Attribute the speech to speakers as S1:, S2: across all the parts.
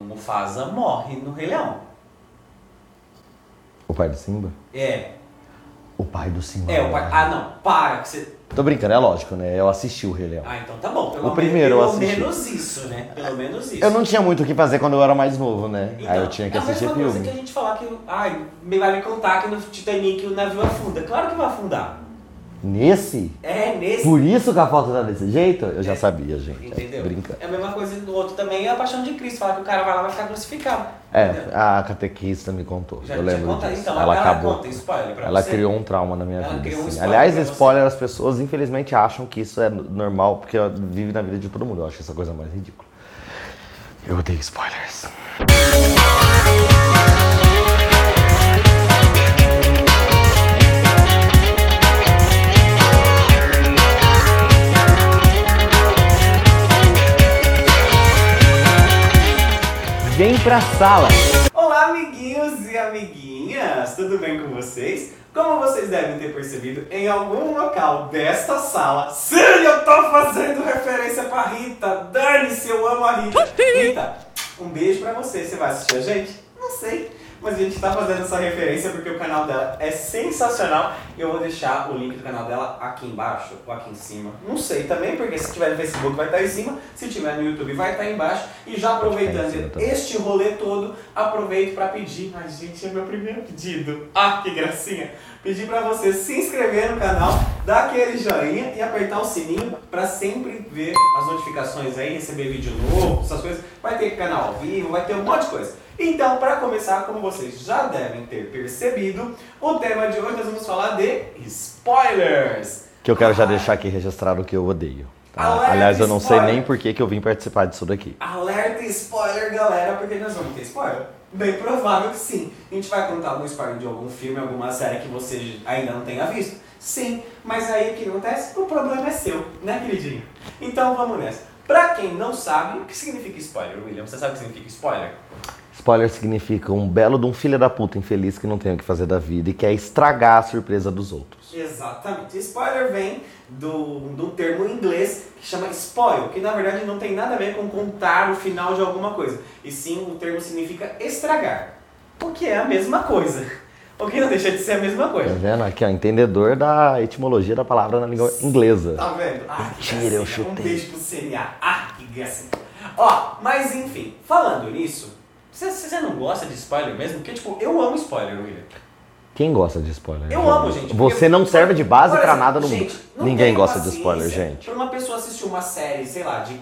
S1: O Mufasa morre no Rei Leão.
S2: O pai do Simba?
S1: É.
S2: O pai do Simba.
S1: É, o pai. Ah, não, para que você.
S2: Tô brincando, é lógico, né? Eu assisti o Rei Leão.
S1: Ah, então tá bom. Pelo
S2: O
S1: men-
S2: primeiro eu
S1: Pelo
S2: assisti.
S1: menos isso, né? Pelo menos isso.
S2: Eu não tinha muito o que fazer quando eu era mais novo, né?
S1: Então,
S2: Aí eu tinha que
S1: é a
S2: assistir
S1: mesma coisa que a
S2: filme.
S1: gente falar que. Ai, me vai me contar que no Titanic o navio afunda. Claro que vai afundar.
S2: Nesse?
S1: É, nesse.
S2: Por isso que a foto tá desse jeito? Eu já
S1: É.
S2: sabia, gente.
S1: Entendeu?
S2: É, brincando.
S1: É a mesma coisa do outro também, é a paixão de Cristo. Falar que o cara vai lá e vai ficar crucificado. Entendeu?
S2: É, a catequista me contou.
S1: Já
S2: eu
S1: te
S2: lembro
S1: conta?
S2: disso.
S1: Então,
S2: ela
S1: ela
S2: acabou.
S1: conta, spoiler pra
S2: ela
S1: você.
S2: criou um trauma na minha
S1: Ela
S2: vida.
S1: criou um
S2: assim.
S1: spoiler
S2: Aliás,
S1: pra você.
S2: spoiler, as pessoas infelizmente acham que isso é normal, porque vive na vida de todo mundo. Eu acho essa coisa mais ridícula. Eu odeio spoilers. Vem pra sala!
S1: Olá, amiguinhos e amiguinhas! Tudo bem com vocês? Como vocês devem ter percebido, em algum local desta sala, sim, eu tô fazendo referência pra Rita! Dane-se, eu amo a Rita! Rita, um beijo pra você. Você vai assistir a gente? Não sei. Mas a gente tá fazendo essa referência porque o canal dela é sensacional. E eu vou deixar o link do canal dela aqui embaixo ou aqui em cima. Não sei também, porque se tiver no Facebook vai estar em cima, se tiver no YouTube vai estar embaixo. E já
S2: Vai estar Tá em cima
S1: aproveitando
S2: também.
S1: este rolê todo, aproveito pra pedir. Ai, gente, é meu primeiro pedido. Ah, que gracinha! Pedir pra você se inscrever no canal, dar aquele joinha e apertar o sininho pra sempre ver as notificações aí, receber vídeo novo, essas coisas. Vai ter canal ao vivo, vai ter um monte de coisa. Então, pra começar, como vocês já devem ter percebido, o tema de hoje nós vamos falar de spoilers.
S2: Que eu quero já deixar aqui registrado que eu odeio. tá?
S1: Alerta,
S2: Aliás, eu não sei
S1: Ah, é? spoiler.
S2: nem por que que eu vim participar disso daqui.
S1: Alerta spoiler, galera, porque nós vamos ter spoiler. Bem provável que sim. A gente vai contar algum spoiler de algum filme, alguma série que você ainda não tenha visto. Sim, mas aí o que acontece? O problema é seu, né, queridinho? Então vamos nessa. Pra quem não sabe, o que significa spoiler, William? Você sabe o que significa spoiler?
S2: Spoiler significa um belo de um filho da puta infeliz que não tem o que fazer da vida e quer estragar a surpresa dos outros.
S1: Exatamente. Spoiler vem do, do termo em inglês que chama spoil, que na verdade não tem nada a ver com contar o final de alguma coisa. E sim, o termo significa estragar. O que é a mesma coisa. O que não deixa de ser a mesma
S2: Tá
S1: coisa.
S2: vendo? Aqui, ó, entendedor da etimologia da palavra na língua inglesa.
S1: Tá vendo? Ah, que
S2: Mentira, eu
S1: gracinha. Um
S2: chutei.
S1: beijo pro CNA. Ah, que gracinha. Ó, mas enfim, falando nisso, você- você não gosta de spoiler mesmo? Porque, tipo, eu amo spoiler, William.
S2: Quem gosta de spoiler?
S1: Eu amo, gente.
S2: Você
S1: porque-
S2: não serve de base
S1: Por
S2: pra
S1: exemplo,
S2: nada no
S1: gente,
S2: mundo.
S1: não
S2: Ninguém
S1: tenho
S2: gosta de
S1: paciência
S2: spoiler, gente.
S1: Pra uma pessoa assistir uma série, sei lá, de. que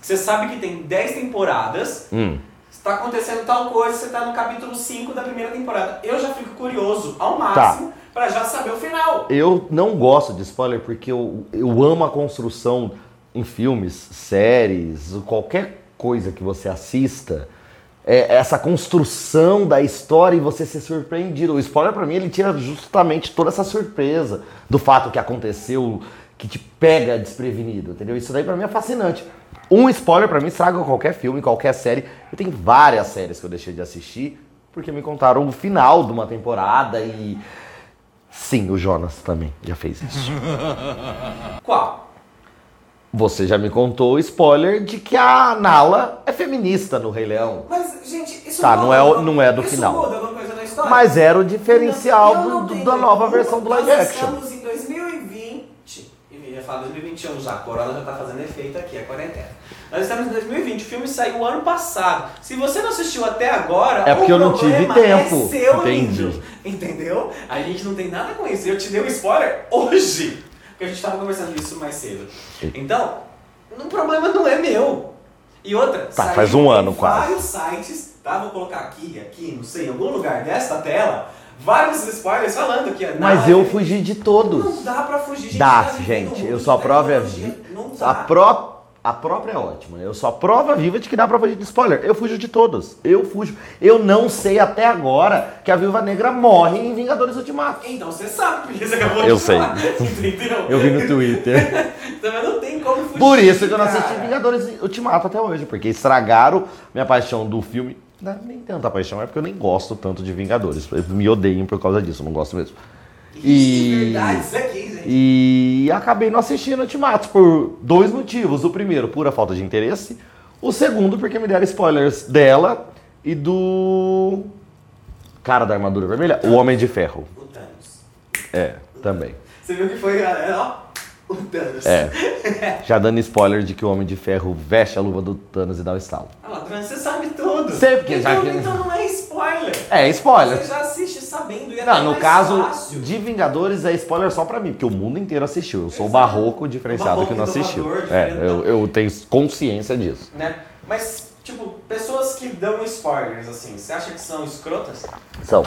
S1: Você sabe que tem 10 temporadas,
S2: Hum.
S1: está acontecendo tal coisa, você tá no capítulo 5 da primeira temporada. Eu já fico curioso
S2: Tá.
S1: ao máximo pra já saber o final.
S2: Eu não gosto de spoiler porque eu, eu amo a construção em filmes, séries, qualquer coisa que você assista. É essa construção da história e você ser surpreendido. O spoiler, pra mim, ele tira justamente toda essa surpresa do fato que aconteceu, que te pega desprevenido, entendeu? Isso daí, pra mim, é fascinante. Um spoiler, pra mim, estraga qualquer filme, qualquer série. Eu tenho várias séries que eu deixei de assistir porque me contaram o final de uma temporada e. Sim, o Jonas também já fez isso.
S1: Qual?
S2: Você já me contou o spoiler de que a Nala é feminista no Rei Leão.
S1: Mas, gente, isso
S2: Tá,
S1: muda
S2: não é o-
S1: alguma-
S2: não é do
S1: isso
S2: final.
S1: Muda alguma coisa na história?
S2: Mas era o
S1: Não,
S2: diferencial
S1: eu não
S2: do-
S1: tenho
S2: da nova
S1: nenhuma.
S2: versão do live
S1: Nós
S2: action.
S1: Estamos em 2020. Eu ia falar 2021 já, a corona já tá fazendo efeito aqui, a quarentena. Nós estamos em 2020, o filme saiu ano passado. Se você não assistiu até agora,
S2: É porque
S1: o
S2: eu não tive
S1: problema é
S2: tempo.
S1: seu,
S2: Entendi.
S1: lindo. Entendeu? A gente não tem nada com isso. Eu te dei um spoiler hoje. Porque a gente tava conversando disso mais cedo. Então, o problema não é meu. E outra,
S2: Tá,
S1: saiu
S2: faz um
S1: em
S2: ano quase.
S1: vários sites, tá? Vou colocar aqui, aqui, não sei, em algum lugar desta tela, vários spoilers falando que... é
S2: Mas eu fugi de
S1: Não
S2: todos.
S1: dá pra fugir, gente.
S2: Dá,
S1: tá vivendo um
S2: gente.
S1: mundo
S2: Eu
S1: de
S2: sou a prova
S1: tecnologia,
S2: viva.
S1: Não dá.
S2: A, pró a própria é ótima. Eu sou a prova viva de que dá pra fugir de spoiler. Eu fujo de todos. Eu fujo. Eu não sei até agora que a Viúva Negra morre em Vingadores Ultimato.
S1: Então você sabe, porque você acabou
S2: Eu
S1: de
S2: sei.
S1: falar. Entendeu?
S2: Eu vi no Twitter.
S1: Também não tem como fugir,
S2: Por isso que eu não assisti
S1: cara.
S2: Vingadores Ultimato até hoje, porque estragaram minha paixão do filme. Não, nem tanta paixão, é porque eu nem gosto tanto de Vingadores. Eu me odeiem por causa disso, eu não gosto mesmo.
S1: Isso,
S2: E-
S1: verdade, isso aqui, gente.
S2: E acabei não assistindo Ultimato por dois motivos. O primeiro, pura falta de interesse. O segundo, porque me deram spoilers dela e do. Cara da armadura vermelha? O Homem de Ferro.
S1: O Thanos.
S2: É, também.
S1: Você viu que foi. é, Ó, o Thanos.
S2: É. Já dando spoiler de que o Homem de Ferro veste a luva do Thanos e dá o estalo.
S1: Ah, Ladrão, você sabe tudo.
S2: Sei, porque já
S1: então,
S2: que-
S1: então não é spoiler.
S2: É,
S1: Você
S2: spoiler.
S1: já assiste sabendo. E é até
S2: Não, no
S1: mais
S2: caso
S1: fácil.
S2: de Vingadores é spoiler só pra mim, porque o mundo inteiro assistiu. Eu sou o
S1: Exato.
S2: barroco diferenciado
S1: Barroco,
S2: que não assistiu.
S1: inovador,
S2: É, eu,
S1: diferentão.
S2: eu tenho consciência disso.
S1: Né? Mas, tipo, pessoas que dão spoilers, assim, você acha que são escrotas?
S2: São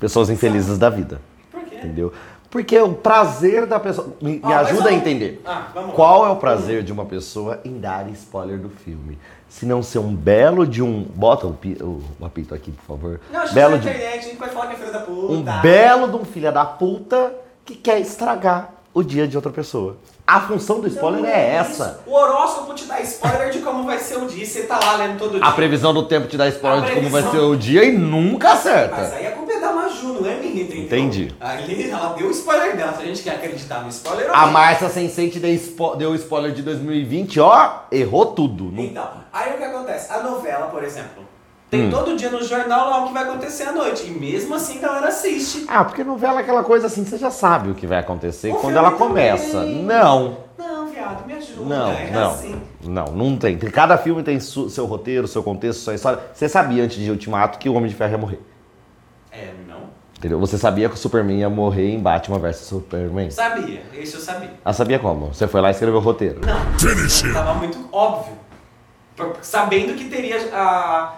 S2: pessoas infelizes da vida,
S1: Por quê?
S2: entendeu? Porque o prazer da pessoa. Me, me
S1: Ah, mas
S2: ajuda a
S1: eu-
S2: entender.
S1: Ah, vamos lá.
S2: Qual é o prazer de uma pessoa em dar spoiler do filme? Se não ser um belo de um. Bota o, pi- o, o apito aqui, por favor.
S1: Não, acho
S2: belo
S1: que
S2: de
S1: na internet, a gente vai falar que é filho da puta.
S2: um belo de um filho da puta que quer estragar o dia de outra pessoa. A função do
S1: Não,
S2: spoiler
S1: não
S2: é
S1: Então, isso.
S2: essa.
S1: O horóscopo te dá spoiler de como vai ser o dia. e Você tá lá lendo todo dia.
S2: A previsão do tempo te dá spoiler
S1: A
S2: de como vai ser
S1: previsão-
S2: o dia e nunca
S1: Mas
S2: acerta.
S1: aí a culpa é da Maju, não é minha, entendeu?
S2: Entendi.
S1: Ali ela deu o spoiler dela. Se a gente quer acreditar no spoiler,
S2: A
S1: ok.
S2: Márcia Sensei te deu spo- deu spoiler de 2020, ó, errou tudo. Não
S1: Então, aí o que acontece? A novela, por exemplo, tem
S2: Hum.
S1: todo dia no jornal lá o que vai acontecer à noite. E mesmo assim a galera assiste.
S2: Ah, porque novela é aquela coisa assim, você já sabe o que vai acontecer
S1: O
S2: quando
S1: filme
S2: ela começa.
S1: também.
S2: Não,
S1: Não, viado, me ajuda.
S2: não,
S1: é
S2: não.
S1: assim.
S2: Não, não tem. Tem- Cada filme tem su- seu roteiro, seu contexto, sua história. Você sabia antes de Ultimato que o Homem de Ferro ia morrer.
S1: É, não.
S2: Entendeu? Você sabia que o Superman ia morrer em Batman vs Superman.
S1: Sabia, isso eu sabia.
S2: Ah, sabia como? Você foi lá e escreveu o roteiro.
S1: Não, tava muito óbvio. Por- Sabendo que teria a,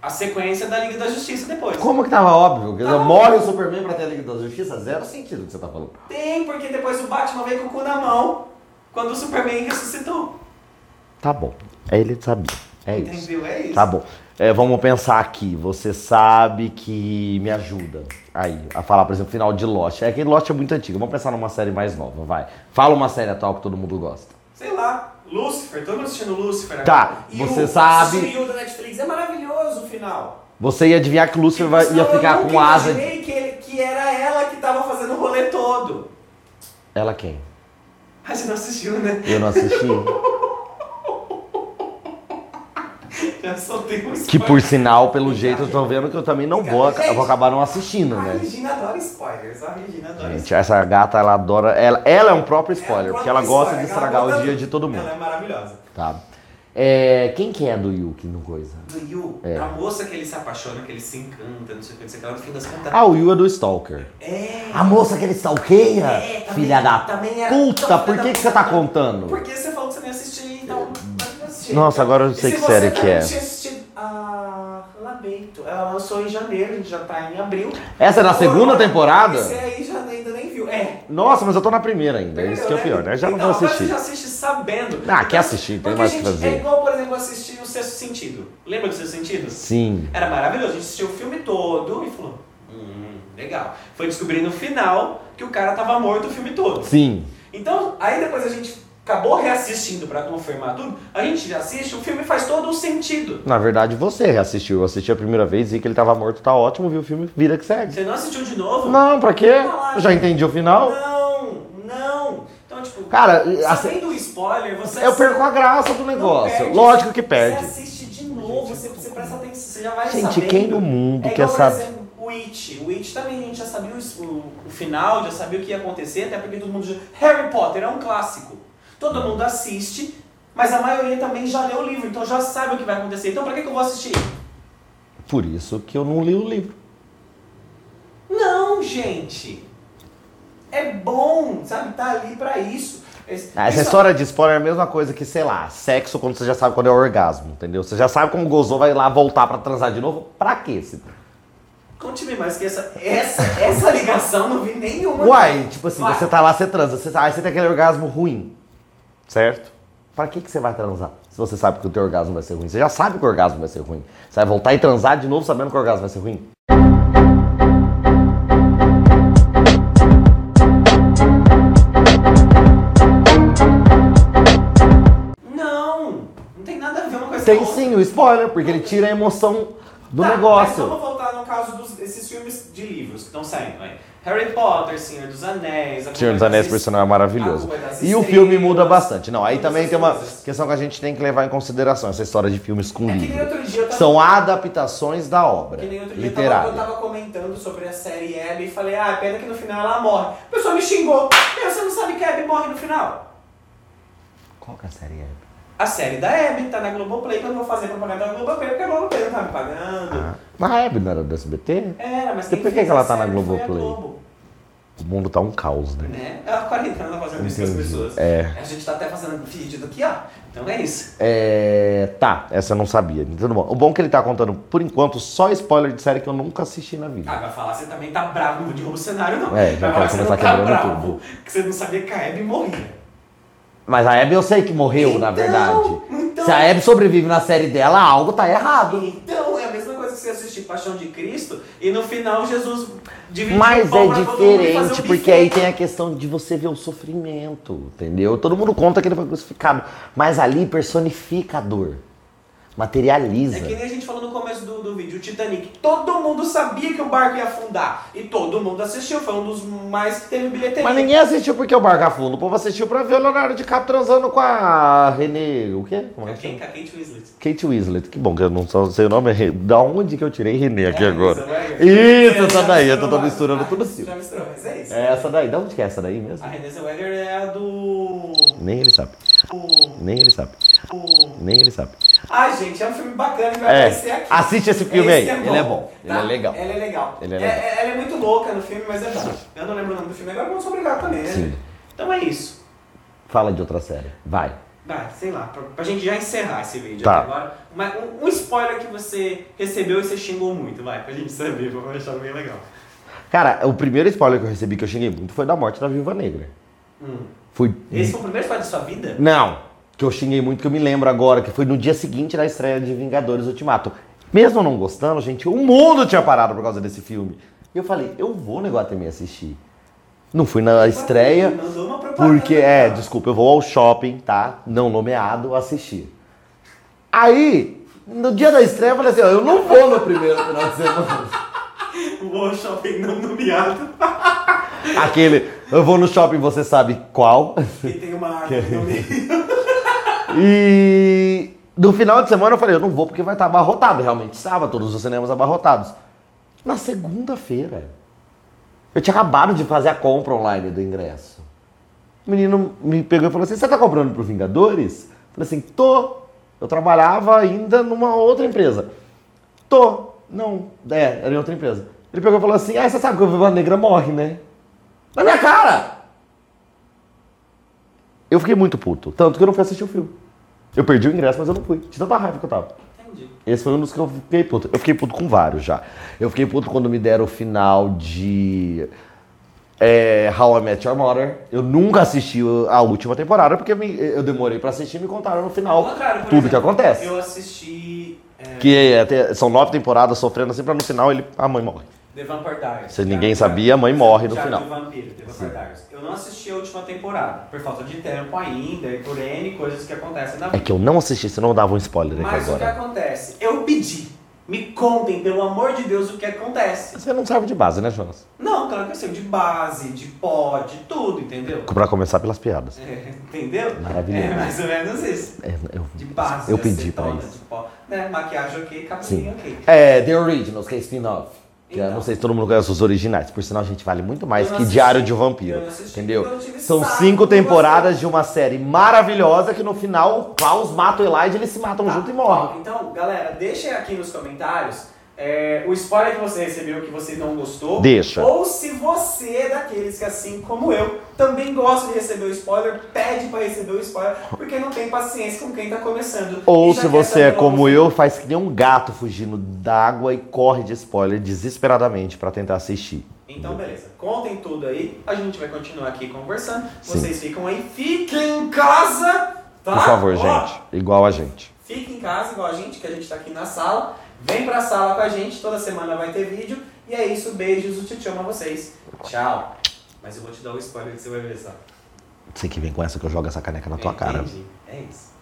S1: a sequência da Liga da Justiça depois.
S2: Como que tava óbvio? Quer dizer,
S1: Tava
S2: morre o Superman pra ter a Liga da Justiça? Zero sentido o que você tá falando.
S1: Tem, porque depois o Batman veio com o cu na mão quando o Superman ressuscitou.
S2: Tá bom. É, Ele sabia. É isso.
S1: Entendeu? É isso.
S2: Tá bom. É, vamos pensar aqui. Você sabe que me ajuda aí a falar, por exemplo, final de Lost. É que Lost é muito antigo. Vamos pensar numa série mais nova, vai. Fala uma série atual que todo mundo gosta.
S1: Sei lá, Lúcifer, todo mundo assistindo Lúcifer
S2: Tá,
S1: agora. E
S2: você
S1: o
S2: sabe-
S1: Cyril da Netflix é maravilhoso o final.
S2: Você ia adivinhar que Lúcifer vai- ia
S1: Senão eu
S2: ficar
S1: nunca
S2: com asa. de-
S1: imaginei que, ele- que era ela que tava fazendo o rolê todo.
S2: Ela quem?
S1: A gente não assistiu, né?
S2: Eu não assisti.
S1: Já soltei um
S2: que
S1: spoiler.
S2: por sinal, pelo jeito, eu tô vendo que eu também não vou, ac- eu vou acabar não assistindo,
S1: A
S2: né?
S1: Regina adora spoilers, a Regina adora
S2: Gente, essa gata, ela adora. Ela, ela é um próprio
S1: spoilers.
S2: spoiler, porque ela gosta de
S1: Ela
S2: estragar
S1: gosta-
S2: o dia de todo mundo.
S1: Ela é maravilhosa.
S2: Tá. É, quem que é do Yuki no coisa?
S1: Do Yu,
S2: É.
S1: a moça que ele se apaixona, que ele se encanta, não sei o que, não sei o que, ela no fim das contas.
S2: Ah, o Yu é do Stalker.
S1: É.
S2: A moça que ele stalkeia?
S1: É, também-
S2: filha da
S1: também era-
S2: puta, por
S1: filha
S2: que,
S1: da
S2: que você tá contando?
S1: Porque você falou que você não ia assistir, então. mas eu assisti.
S2: Nossa, agora eu não
S1: E
S2: sei
S1: se
S2: que
S1: você
S2: série
S1: também
S2: que é.
S1: tinha assistido- Ah, lamento. Ela lançou em janeiro, a gente já tá em abril.
S2: Essa é na
S1: Por
S2: segunda
S1: hora,
S2: temporada?
S1: Você aí já ainda nem viu. É.
S2: Nossa, mas eu tô na primeira ainda, isso que é o pior, né? Já não vou
S1: Então, agora Você
S2: assistir.
S1: já assiste sabendo. tá
S2: Ah, quer assistir, tem
S1: Porque,
S2: mais o que
S1: gente, É
S2: fazer.
S1: igual, por exemplo, assistir o Sexto Sentido. Lembra do Sexto Sentido?
S2: Sim.
S1: Era maravilhoso. A gente assistiu o filme todo e falou, hum, legal. Foi descobrir no final que o cara tava morto o filme todo.
S2: Sim.
S1: Então, aí depois a gente acabou reassistindo pra confirmar tudo, a gente já assiste, o filme faz todo o sentido.
S2: Na verdade, você reassistiu. Eu assisti a primeira vez, vi que ele tava morto, tá ótimo, viu o filme, vira que segue.
S1: Você não assistiu de novo?
S2: Não, pra quê? Eu já entendi o final.
S1: Não, não. Então, tipo,
S2: Cara, assim,
S1: sabendo o spoiler, você
S2: eu perco a graça do
S1: não
S2: negócio.
S1: perde.
S2: Lógico que perde.
S1: Você assiste de novo, você, você presta atenção, você já vai
S2: Gente,
S1: sabendo.
S2: quem no mundo
S1: é
S2: quer
S1: igual, por
S2: saber?
S1: exemplo, O It. O It também a gente já sabia o, o- o final, já sabia o que ia acontecer, até porque todo mundo. já- Harry Potter é um clássico. Todo mundo assiste, mas a maioria também já leu o livro, então já sabe o que vai acontecer. Então pra que, que eu vou assistir?
S2: Por isso que eu não li o livro.
S1: Não, gente! É bom, sabe? Tá ali pra isso. Esse-
S2: Ah, essa
S1: isso-
S2: história de spoiler é a mesma coisa que, sei lá, sexo quando você já sabe quando é o orgasmo, entendeu? Você já sabe como gozou, vai lá voltar pra transar de novo. Pra quê? Se-
S1: Conte-me mais que essa, essa, essa ligação não vi nenhuma.
S2: Uai, tipo assim,
S1: Uai.
S2: você tá lá, você transa, você, aí você tem aquele orgasmo ruim, certo? Pra que, que você vai transar se você sabe que o teu orgasmo vai ser ruim? Você já sabe que o orgasmo vai ser ruim. Você vai voltar e transar de novo sabendo que o orgasmo vai ser ruim?
S1: Não! Não tem nada a ver uma coisa
S2: Tem
S1: com a outra.
S2: sim o spoiler, porque ele tira a emoção do
S1: Tá, Mas
S2: negócio.
S1: vamos voltar no no caso dos, desses filmes de livros que estão saindo aí. Harry Potter, Senhor dos Anéis... A
S2: Senhor dos
S1: Culpa
S2: Anéis,
S1: das
S2: por sinal, é maravilhoso.
S1: A Culpa das
S2: E o
S1: Estrelas,
S2: filme muda bastante. Não, aí
S1: todas
S2: também
S1: essas
S2: tem uma
S1: coisas.
S2: questão que a gente tem que levar em consideração, essa história de filmes com
S1: É que nem
S2: livro.
S1: outro dia eu tava
S2: São adaptações da obra
S1: Que nem outro dia eu tava, eu
S2: literária.
S1: tava comentando sobre a série Abby e falei, ah, pena que no final ela morre. A pessoa me xingou. Meu, você não sabe que a Abby morre no final?
S2: Qual que é a série? é?
S1: A série da Abby tá na Globoplay, que eu não vou fazer propaganda da Globoplay, porque a Globoplay não tá me pagando.
S2: Ah, mas a Hebe não era do SBT?
S1: Era, mas
S2: E
S1: quem
S2: por que
S1: fez
S2: que ela
S1: a
S2: tá na
S1: série foi a
S2: Globoplay?
S1: Globo,
S2: O mundo tá um caos, né?
S1: né? É a quarentena fazendo isso com as
S2: Entendi.
S1: pessoas.
S2: É.
S1: A gente tá até fazendo vídeo daqui, ó. Então é isso.
S2: É, Tá, essa eu não sabia. Tudo bom. O bom é que ele tá contando, por enquanto, só spoiler de série que eu nunca assisti na vida.
S1: Ah, vai falar, você também tá bravo, não derruba o cenário, não.
S2: É, já
S1: Vai falar
S2: quero
S1: que você não
S2: começar
S1: tá
S2: quebrando
S1: bravo, que você não sabia que a Abby morria.
S2: Mas a Abby eu sei que morreu, na
S1: Então,
S2: verdade.
S1: então-
S2: Se a Abby sobrevive na série dela, algo tá errado.
S1: Então, é a mesma coisa que você assistir Paixão de Cristo e no final Jesus divide o
S2: Mas
S1: pão
S2: é
S1: pra todo mundo e fazer um
S2: diferente,
S1: buffet.
S2: porque aí tem a questão de você ver o sofrimento, entendeu? Todo mundo conta que ele foi crucificado, mas ali personifica a dor, materializa.
S1: É que nem a gente falou no começo do, do vídeo, o Titanic. Todo mundo sabia que o barco ia afundar. E todo mundo assistiu, foi um dos mais que teve bilheteria.
S2: Mas ninguém assistiu porque o barco afunda, o povo assistiu pra ver o Leonardo DiCaprio transando com a René... o quê? Como
S1: Com
S2: é
S1: a
S2: que chama?
S1: Kate, com a Kate Winslet.
S2: Kate Winslet, que bom que eu não só sei o nome, é Re- da onde que eu tirei René aqui
S1: É,
S2: agora?
S1: isso, vai.
S2: Isso,
S1: Você
S2: essa
S1: já
S2: daí, eu
S1: misturou
S2: tô
S1: mais.
S2: misturando
S1: Ah,
S2: tudo
S1: você
S2: assim.
S1: Já misturou, mas é isso.
S2: É essa daí, de onde que é essa daí mesmo?
S1: A Renée Zellweger é a do...
S2: Nem ele sabe,
S1: o-
S2: nem ele sabe,
S1: o-
S2: nem ele sabe.
S1: Ai, gente, é um filme bacana que vai aparecer
S2: É,
S1: aqui.
S2: assiste esse filme aí.
S1: Esse
S2: ele é bom. Ele
S1: tá?
S2: é legal.
S1: Ela é legal.
S2: Ele é
S1: É-
S2: legal.
S1: é- ela é muito louca no filme, mas é bom. Eu não lembro o nome do filme, agora vamos obrigar também. né?
S2: Sim.
S1: Então é isso.
S2: Fala de outra série. Vai.
S1: Vai, sei lá, pra, pra gente já encerrar esse vídeo
S2: Tá.
S1: aqui agora. Mas um, um spoiler que você recebeu e você xingou muito, vai, pra gente saber, pra deixar bem legal.
S2: Hum. Cara, o primeiro spoiler que eu recebi que eu xinguei muito foi da morte da Viúva Negra.
S1: Hum.
S2: Foi.
S1: Esse foi o primeiro spoiler da sua vida?
S2: Não, que eu xinguei muito, que eu me lembro agora, que foi no dia seguinte da estreia de Vingadores Ultimato. Mesmo não gostando, gente, o mundo tinha parado por causa desse filme. E eu falei, eu vou no Iguatemi assistir. Não fui na estreia,
S1: Mandou uma propaganda.
S2: Porque, é,
S1: cara.
S2: desculpa, eu vou ao shopping, tá? Não nomeado, assistir. Aí, no dia da estreia, eu falei assim, ó, eu não vou no primeiro final de semana. é.
S1: O shopping não nomeado.
S2: Aquele, eu vou no shopping, você sabe qual.
S1: E tem uma árvore
S2: é
S1: no meio.
S2: E no final de semana eu falei, eu não vou porque vai estar abarrotado. Realmente estava, todos os cinemas abarrotados. Na segunda-feira, eu tinha acabado de fazer a compra online do ingresso. O menino me pegou e falou assim: Você tá comprando pro Vingadores? Eu falei assim: Tô. Eu trabalhava ainda numa outra empresa. Tô. Não, é, era em outra empresa. Ele pegou e falou assim: Ah, você sabe que o Viva Negra morre, né? Na minha cara! Eu fiquei muito puto. Tanto que eu não fui assistir o filme. Eu perdi o ingresso, mas eu não fui. De tanta raiva que eu tava.
S1: Entendi.
S2: Esse foi um dos que eu fiquei puto. Eu fiquei puto com vários já. Eu fiquei puto quando me deram o final de é, How I Met Your Mother. Eu nunca assisti a última temporada porque me- eu demorei pra assistir e me contaram no
S1: Ao
S2: final
S1: contrário, por
S2: tudo que
S1: exemplo,
S2: acontece.
S1: Eu assisti é,
S2: Que é até- são nove temporadas sofrendo assim pra no final ele a mãe morre.
S1: The Vampire Diaries.
S2: Se ninguém sabia, a mãe morre no
S1: Diário
S2: final.
S1: do Vampiro, The Vampire Diaries. Eu não assisti a última temporada, por falta de tempo ainda, e por N coisas que acontecem na
S2: É
S1: vida.
S2: que eu não assisti, senão eu dava um spoiler aqui
S1: Mas o que
S2: agora.
S1: acontece? Eu pedi. Me contem, pelo amor de Deus, o que é acontece.
S2: Você não sabe de base, né, Jonas?
S1: Não, claro que eu sei, de base, de pó, de tudo, entendeu?
S2: Pra começar pelas piadas.
S1: É, entendeu?
S2: Maravilhoso.
S1: É mais ou menos isso.
S2: É, eu,
S1: De base,
S2: eu
S1: de
S2: pedi pra
S1: acetona, de
S2: isso.
S1: pó. Né? Maquiagem ok,
S2: Sim.
S1: cabelinho ok.
S2: É, The Originals, que é spin-off. Que eu
S1: Então.
S2: não sei se todo mundo conhece os originais. Por sinal, a gente vale muito mais
S1: Eu
S2: que
S1: não assisti.
S2: Diário de um
S1: Eu
S2: Vampiro.
S1: não assisti, então
S2: Entendeu?
S1: eu tive
S2: São
S1: saco,
S2: cinco
S1: não
S2: temporadas de uma série maravilhosa que no final o Klaus mata o Elijah e eles se matam
S1: Tá.
S2: junto e morrem.
S1: Ó, Então, galera, deixem aqui nos comentários é, o spoiler que você recebeu que você não gostou.
S2: Deixa.
S1: Ou se você é daqueles que, assim como eu, também gosta de receber o spoiler, pede pra receber o spoiler, porque não tem paciência com quem tá começando.
S2: Ou
S1: E já
S2: se
S1: quer
S2: você
S1: saber
S2: é
S1: logo
S2: como
S1: o
S2: eu, faz que nem um gato fugindo d'água e corre de spoiler desesperadamente pra tentar assistir.
S1: Então, beleza. Contem tudo aí. A gente vai continuar aqui conversando.
S2: Sim.
S1: Vocês ficam aí. Fiquem em casa, tá?
S2: Por favor,
S1: Ó,
S2: gente. Igual a gente.
S1: Fique em casa igual a gente, que a gente tá aqui na sala. Vem pra sala com a gente, toda semana vai ter vídeo. E é isso, beijos, o Tio ama vocês. Tchau. Mas eu vou te dar um spoiler que você vai ver só.
S2: Você que vem com essa que eu jogo essa caneca na tua cara.
S1: Entendi. É isso.